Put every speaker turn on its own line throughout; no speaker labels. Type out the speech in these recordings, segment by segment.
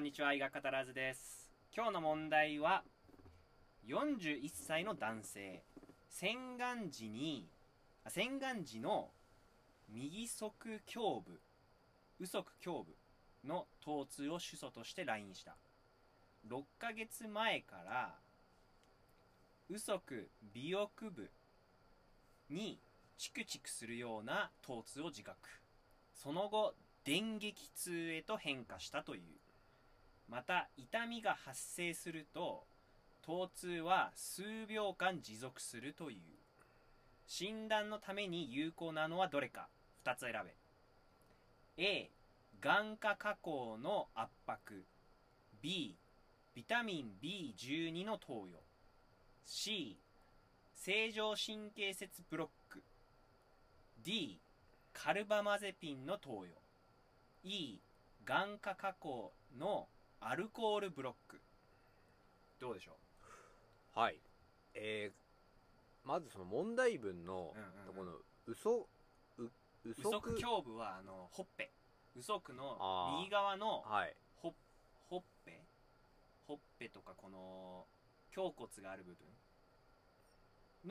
んにちは、伊賀語らずです。今日の問題は、41歳の男性、洗顔時に、あ洗顔時の右側胸部、右側胸部の疼痛を主訴として来院した。6ヶ月前から、右側尾翼部にチクチクするような疼痛を自覚。その後、電撃痛へと変化したという。また、痛みが発生すると、疼痛は数秒間持続するという。診断のために有効なのはどれか、二つ選べ。A、眼下加工の圧迫。B、ビタミン B12 の投与。C、正常神経節ブロック。D、カルバマゼピンの投与。E、眼下加工のアルコールブロック。どうでしょ
はい。えー、まずその問題文の
うんうんうん、
とこの、嘘、う、
う右
嘘
側
く、
胸部は、あの、ほっぺ。右側
あ
の
ー
右側の
はい。
ほ、ほっぺほっぺとかこの、胸骨がある部分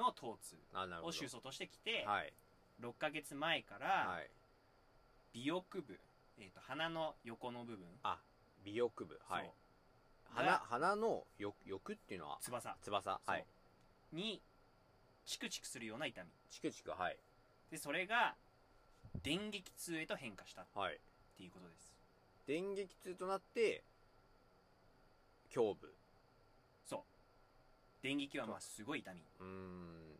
の疼痛
あ、なるほ
を主
ど。
訴としてきて、
はい。
6ヶ月前から、
はい。
尾翼部、えっ、と、鼻の横の部分、
あ、尾翼部。は
そ。
いう鼻、鼻のよ翼っていうのは、
翼、
翼。は
そ。
いう
に、チクチクするような痛み。
チクチク、はい。
で、それが、電撃痛へと変化したっ
はい。
ていうことです。
電撃痛となって、胸部。
そう。電撃はまあすごい痛み。
うーん、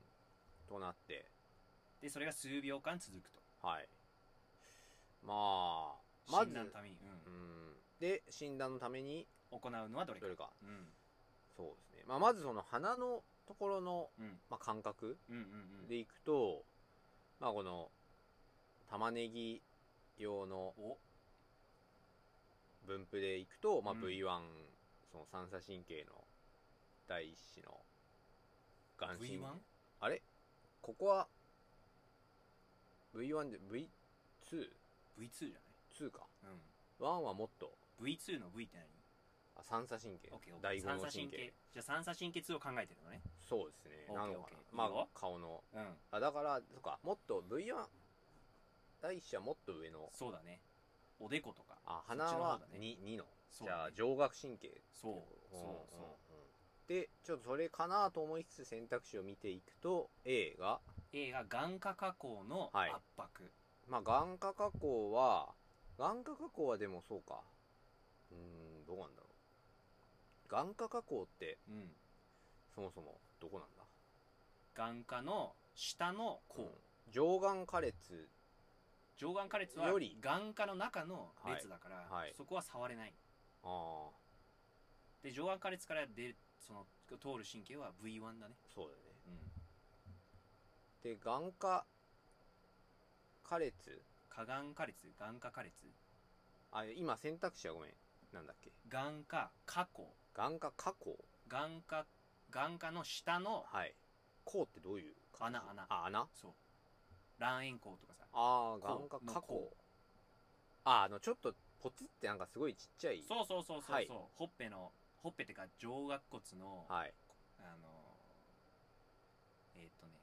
となって、
で、それが数秒間続くと。
はい。まあ、ま
診断
ず
の、ために、う
うんん、で、診断のために、
行うのはどれ
ど
か。
れか。
うん。
そうですね。まあ、まずその鼻のところの、
うん。
まあ、感覚
うんうんう
で
ん。
いくと、まあ、この、玉ねぎ用の
お、
分布でいくと、まあ、
うん
V1、その三叉神経の第一子の、眼神
V1?
あれここは、V1 で、V2?2
V2 じゃ
か。
ない
1はもっと、
うん。V2 の V って何
あ三叉神経
オッケーオッ。ケ
第
ー。
五
三
の
叉
神
神
経
経。。じゃあ三叉神経痛を考えてるのね。
そうですね。
オッケー
なの
オッ
か
ケー
ない
い
ま
よ
あ、顔の。
うん。
あ、だから、そっか、もっと V1、第一子はもっと上の、
そうだね。おでことか。
あ、鼻
そっちの方
は
だね
2、2の。
そう
じゃ
だ
あ、
ね
上顎神経。
そう
うん
そうそうん
んで、ちょっとそれかなと思いつつ選択肢を見ていくと、A が、
A が眼下加工の
はい
圧迫。
まあ、眼下加工は、眼下加工はでもそうか。うーん、どうなんだろう。眼下加工って、
うん。
そもそも、どこなんだ
眼下の下の甲。
うん上眼下裂。
上眼下列は
より
眼下の中の列だから、
はいはい
そこは触れない
ああ、
で上眼下列から出るその通る神経は V1 だね
そうだよね。
うん
で、眼下下裂。
下眼下列眼下下列
あ、今選択肢はごめん。なんだっけ。
眼下下甲
眼下加工。
眼下眼下の下の
はい。こうってどういう感じ
穴穴
あ、穴
そう卵炎孔とかさ
ああ、
こ
眼
う
下
の
加
こ
工。あ、あの、ちょっと、ポツってなんかすごいちっちゃい。
そうそうそうそうそう、
はい
ほっぺのほっぺってか上顎骨の、
はい。
あのえーっとね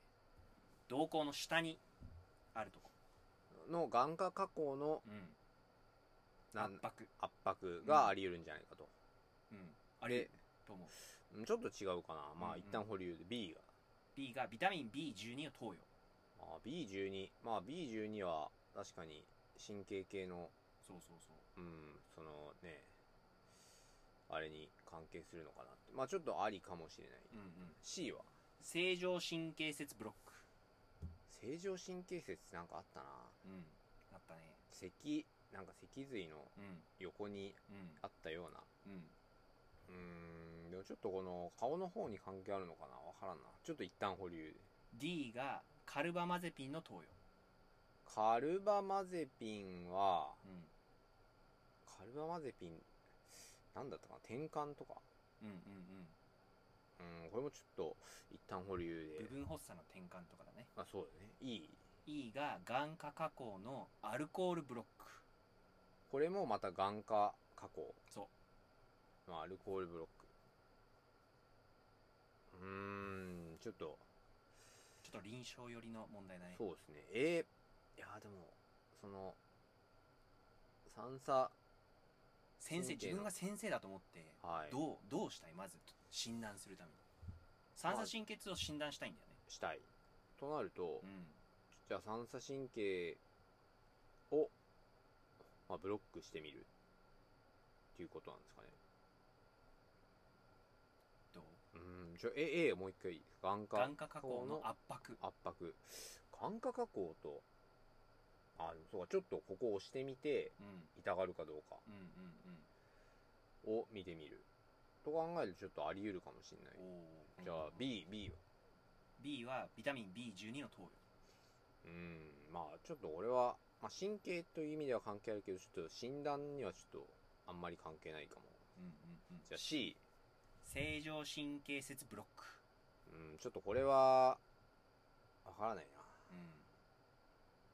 瞳孔の下にあるとこ、
の眼下加工の
うん、
な
圧
ん
迫
圧迫があり得るんじゃないかと。
うんあれと思う
うんちょっと違うかな。
う
まあ、
んう
一
ん
旦保留で B が。
B がビタミン B12 を投与
あー B12。まあ、B12 は確かに神経系の、
そうそうそう
うん、そのね、あれに関係するのかなって。まあ、ちょっとありかもしれない。
うんうん
C は
正常神経節ブロック
正常神経節なんかあったな。
うんあったね
脊、なんか脊髄の
うん
横に
うん
あったような。
うん
うーん、でもちょっとこの顔の方に関係あるのかなわからんな。ちょっと一旦保留で。
D がカルバマゼピンの投与
カルバマゼピンは、
うん
カルバマゼピン、なんだったかな転換とか。
うんうん
うん、これもちょっと、一旦保留
うん部
で。
分発作の転換とかだね
あ、そうだね。いい。
E が眼下加工のアルコールブロック
これもまた眼科加工。
そう
まあ、アルコールブロックうーんちょっと
ちょっと臨床寄りの問題だね
そうですねえー、いやーでもその三差
先生
神経
自
の
分が先生だと思って
はい
どうどうしたいまず診断するために三叉神経痛を診断したいんだよね
したいとなると、
うん
じゃあ三叉神経を、まあ、ブロックしてみるっていうことなんですかね
どう
うんちょえ A もう一回眼科
眼下加工の圧迫
圧迫眼下加工とあでもそうかちょっとここを押してみて
うん
痛がるかどうか
うんうん
を見てみると考えるとちょっとあり得るかもしれない
うんおー
じゃあ BB
B はビタミン B12 の投与
うんまあちょっと俺は、まあ、神経という意味では関係あるけどちょっと診断にはちょっとあんまり関係ないかも
うんうんうん
じゃあ C
正常神経節ブロック
うんちょっとこれはわからない
う
な
ん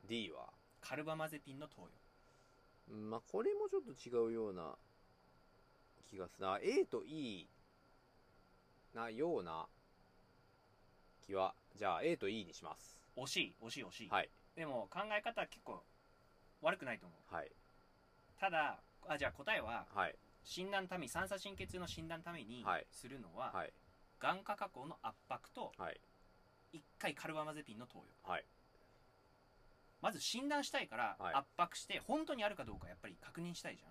D は
カルバマゼピンの投与
うんまあこれもちょっと違うような気がするな A と E なような気はじゃあ A と E にします
惜しい惜しい惜しい、
はい
でも考え方は結構悪くないと思う
はい
ただあじゃあ答えは
はい
診断ために三叉神経痛の診断ために
はい
するのは、
はい
眼下加工の圧迫と
はい
1回カルバマゼピンの投与
はい
まず診断したいから
はい
圧迫して本当にあるかどうかやっぱり確認したいじゃん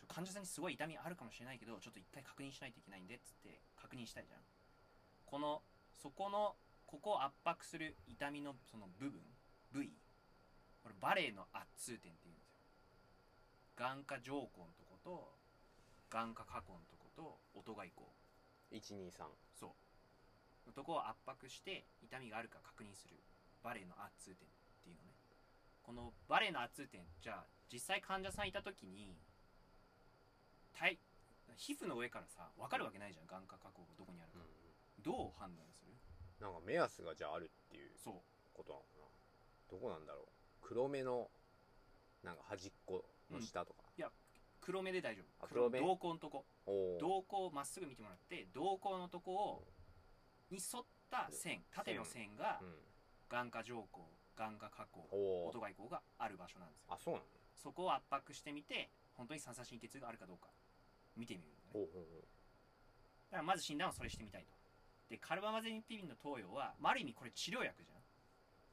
ちょ患者さんにすごい痛みあるかもしれないけどちょっと一回確認しないといけないんでっつって確認したいじゃんこのそこのここを圧迫する痛みのその部分部位これバレエの圧痛点っていうんですよ眼下上根のとこと眼下下根のとこと音が以降
123
そう男を圧迫して痛みがあるか確認するバレエの圧痛点っていうのねこのバレエの圧痛点じゃあ実際患者さんいた時に体皮膚の上からさ分かるわけないじゃん眼下加工がどこにある
う
か
ん、
どう判断する
なんか目安がじゃああるっていう
そう
ことなのかなどこなんだろう黒目のなんか端っこの下とか、
黒目で大丈夫
あ黒目
瞳孔のとこ
おー
瞳孔をまっすぐ見てもらって瞳孔のとこをに沿った線縦の線が
うん、
眼下上孔眼下下孔
お
音
ー
外孔がある場所なんですよ
あそうなの
そこを圧迫してみて本当に三叉神経痛があるかどうか見てみるんだ,、ね、
ほうほう
だからまず診断をそれしてみたいとでカルバマゼニピビンの投与は、まあ、ある意味これ治療薬じゃん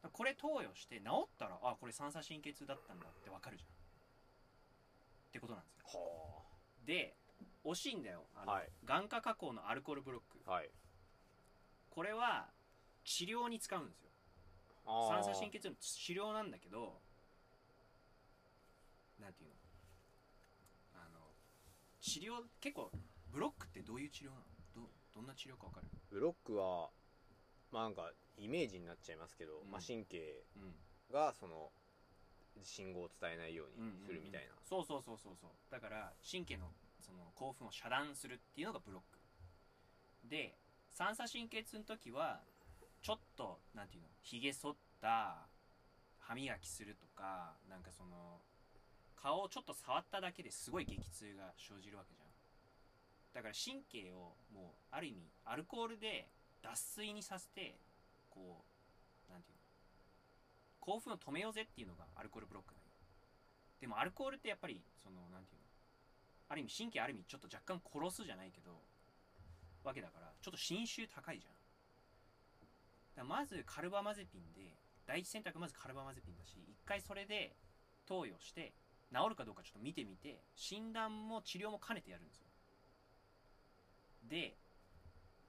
だからこれ投与して治ったらあこれ三叉神経痛だったんだってわかるじゃんってことなんですよ
ほ
で惜しいんだよあの、
はい
眼下加工のアルコールブロック
うはあはい
これは治療に使うんですよ
あ
三叉神経痛の治療なんだけどなんていうのあの治療結構ブロックってどういう治療なのどどんな治療か分かる
ブロックはまあなんかイメージになっちゃいますけど、
うん
まあ、神経
うん
がその信号を伝えないようにするみたいな、
そうそうそうそうそうだから神経のその興奮を遮断するっていうのがブロックで三叉神経痛の時はちょっとなんていうのひげ剃った歯磨きするとかなんかその顔をちょっと触っただけですごい激痛が生じるわけじゃんだから神経をもうある意味アルコールで脱水にさせてこうなんていうの興奮を止めようぜっていうのがアルコールブロックなのよでもアルコールってやっぱりそのなんていうのある意味神経ある意味ちょっと若干殺すじゃないけどわけだからちょっと侵襲高いじゃんだからまずカルバマゼピンで第一選択まずカルバマゼピンだし一回それで投与して治るかどうかちょっと見てみて診断も治療も兼ねてやるんですよで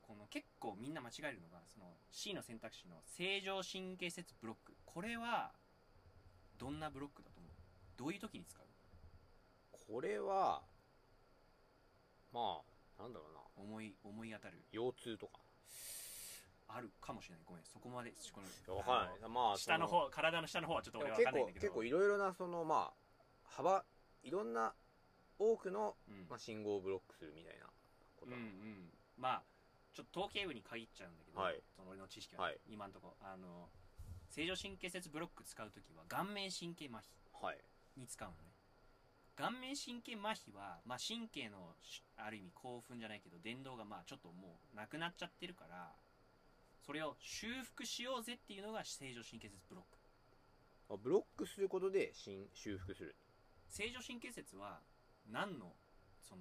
この結構みんな間違えるのがその C の選択肢の正常神経節ブロックこれはどんなブロックだと思うどういう時に使う
これはまあなんだろうな
思い思い当たる
腰痛とか
あるかもしれないごめんそこまでしこの
いやわからない
あ
ま
の
あ
下の
そ
方体の下の方はちょっと
で
俺
も
は分
結
かんないん
構
だけど
結構いろいろなそのまあ幅いろんな多くの、
うん
まあ、信号をブロックするみたいなこ
う
と
んう
なの、
んまあちょっと統計部に限っちゃうんだけど、
はい
その俺の知識はね、
はい
今のとこあの正常神経節ブロック使う時は顔面神経麻痺
はい
に使うのね顔面神経麻痺は、まあ、神経のしある意味興奮じゃないけど電動がまあちょっともうなくなっちゃってるからそれを修復しようぜっていうのが正常神経節ブロック
あブロックすることで新修復する
正常神経節は何のその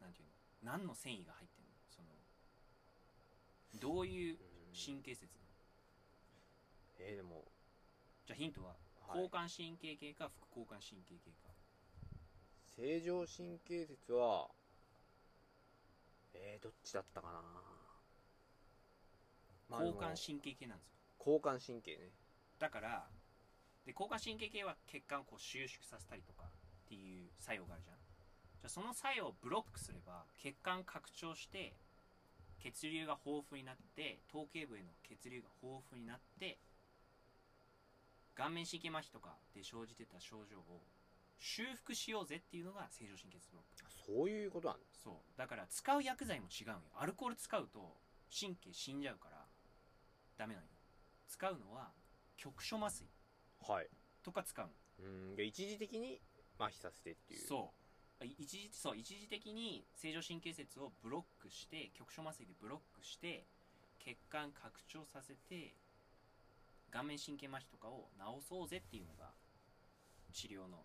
なんていうの何の繊維が入ってるのそのどういう神経節なの
えー、でも、
じゃあヒントは
はい
交感神経系か副交感神経系か
正常神経節はえー、どっちだったかな、まあでも
交感神経系なんですよ
交感神経ね
だからで交感神経系は血管をこう収縮させたりとかっていう作用があるじゃんじゃあその作用をブロックすれば血管拡張して血流が豊富になって頭頸部への血流が豊富になって顔面神経麻痺とかで生じてた症状を修復しようぜっていうのが正常神経節ブロック
そういうことなんだ
そうだから使う薬剤も違うんよアルコール使うと神経死んじゃうからダメなんよ使うのは局所麻酔
はい
とか使うの
うんで一時的に麻痺させてっていう
そうい一時そう一時的に正常神経節をブロックして局所麻酔でブロックして血管拡張させて顔面神経麻痺とかを治そうぜっていうのが治療の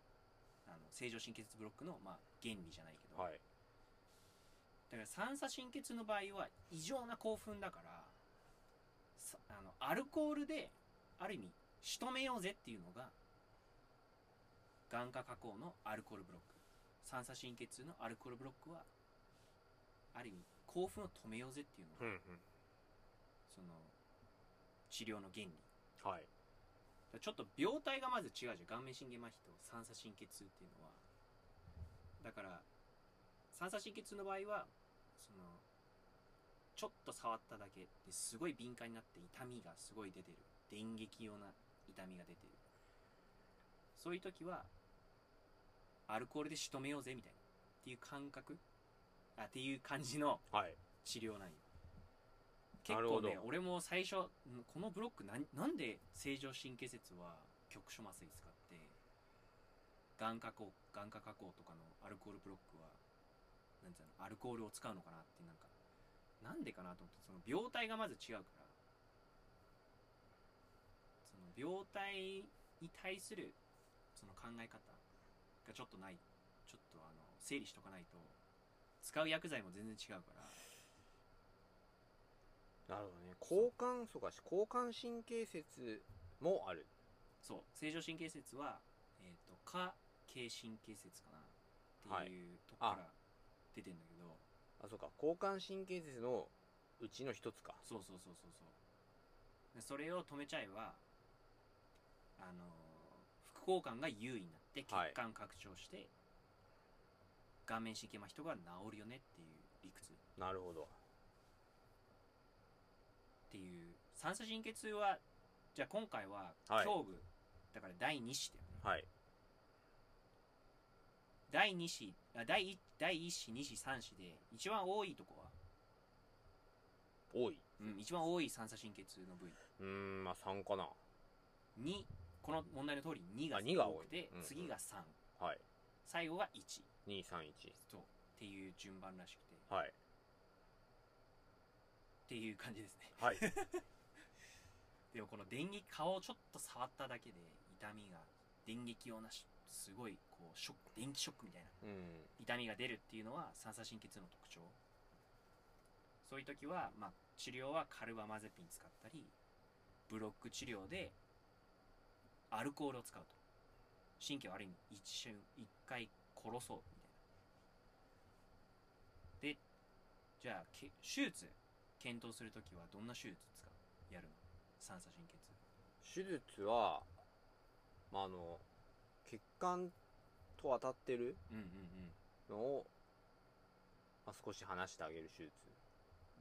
あの正常神経節ブロックの、まあ、原理じゃないけど、
はい
だから三叉神経痛の場合は異常な興奮だからさあのアルコールである意味仕留めようぜっていうのが眼科加工のアルコールブロック三叉神経痛のアルコールブロックはある意味興奮を止めようぜっていうのが
うんうん
その治療の原理
は
だ
い
からちょっと病態がまず違うじゃん顔面神経麻痺と三叉神経痛っていうのはだから三叉神経痛の場合はそのちょっと触っただけですごい敏感になって痛みがすごい出てる電撃用な痛みが出てるそういう時はアルコールで仕留めようぜみたいなっていう感覚あっていう感じの
はい
治療なんよ結
なるほ
構
ど
ね俺も最初んこのブロックなんなんで正常神経節は局所麻酔使って眼科こう眼科加工とかのアルコールブロックはなんつうのアルコールを使うのかなってなんかなんでかなと思ってその病態がまず違うからその病態に対するその考え方がちょっとないちょっとあの整理しとかないと使う薬剤も全然違うから
なるほどね交感そうかし交感神経節もある
そう正常神経節は、えー、と下経神経節かなっていうとこから出てんだけど、
あそうか交感神経節のうちの一つか
そうそうそうそうそうでそれを止めちゃえばあのー副交感が優位になって
はい
血管拡張して、顔面神経麻痺とかが治るよねっていう理屈っ
なるほど
ていう三叉神経痛はじゃあ今回は
はい
胸部、だから第2子だよね
はい
第2子あ第1第1子2子3子で一番多いとこは
多い
うん、一番多い三叉神経痛の部位
うーんまあ3かな
にこの問題の通り2が
あ2が多い
多くて、
うんうん
次が3
はい
最後が1
231
そうっていう順番らしくてっ
はい
ていう感じですね
はい
でもこの電撃顔をちょっと触っただけで痛みが電撃用なしすごいこうショック電気ショックみたいな
うん
痛みが出るっていうのは三叉神経痛の特徴そういう時は、まあ、治療はカルバマゼピン使ったりブロック治療でアルコールを使うと神経をある意味一瞬一回殺そうみたいなでじゃあけ手術検討する時はどんな手術使うやるの三叉神経痛
手術はまああの血管と当たってる
うんうんうん
のを、まあ、少し離してあげる手術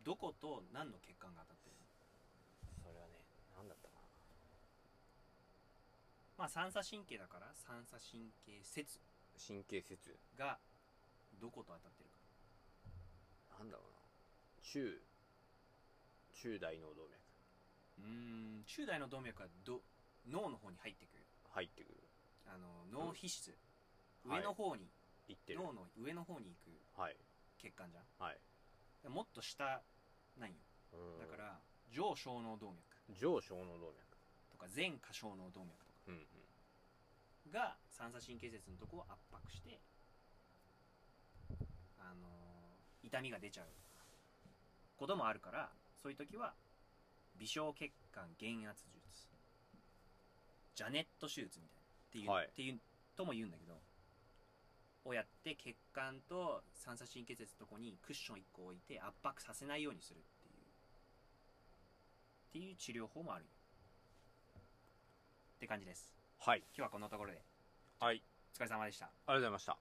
どこと何の血管が当たってるの
それはね何だったかな
まあ三叉神経だから三叉神経節
神経節
がどこと当たってるか
なんだろうな中中大脳動脈
うーん中大の動脈はど脳の方に入ってくる
入ってくる
あの脳皮質、上の方に、
言ってる
脳の上の方に行く
はい
血管じゃん
はい
でもっと下なんよ
うん
だから上小脳動脈
上小脳動脈
とか前下小脳動脈とか
うんうん
が三叉神経節のとこを圧迫してあのー痛みが出ちゃうこともあるからそういう時は微小血管減圧術ジャネット手術みたいなっていう、
はい
っていうとも言うんだけどをやって血管と三叉神経節のとこにクッション1個置いて圧迫させないようにするっていうっていう治療法もあるよって感じです
はい
今日はこのところで
はい
お疲れ様でした
ありがとうございました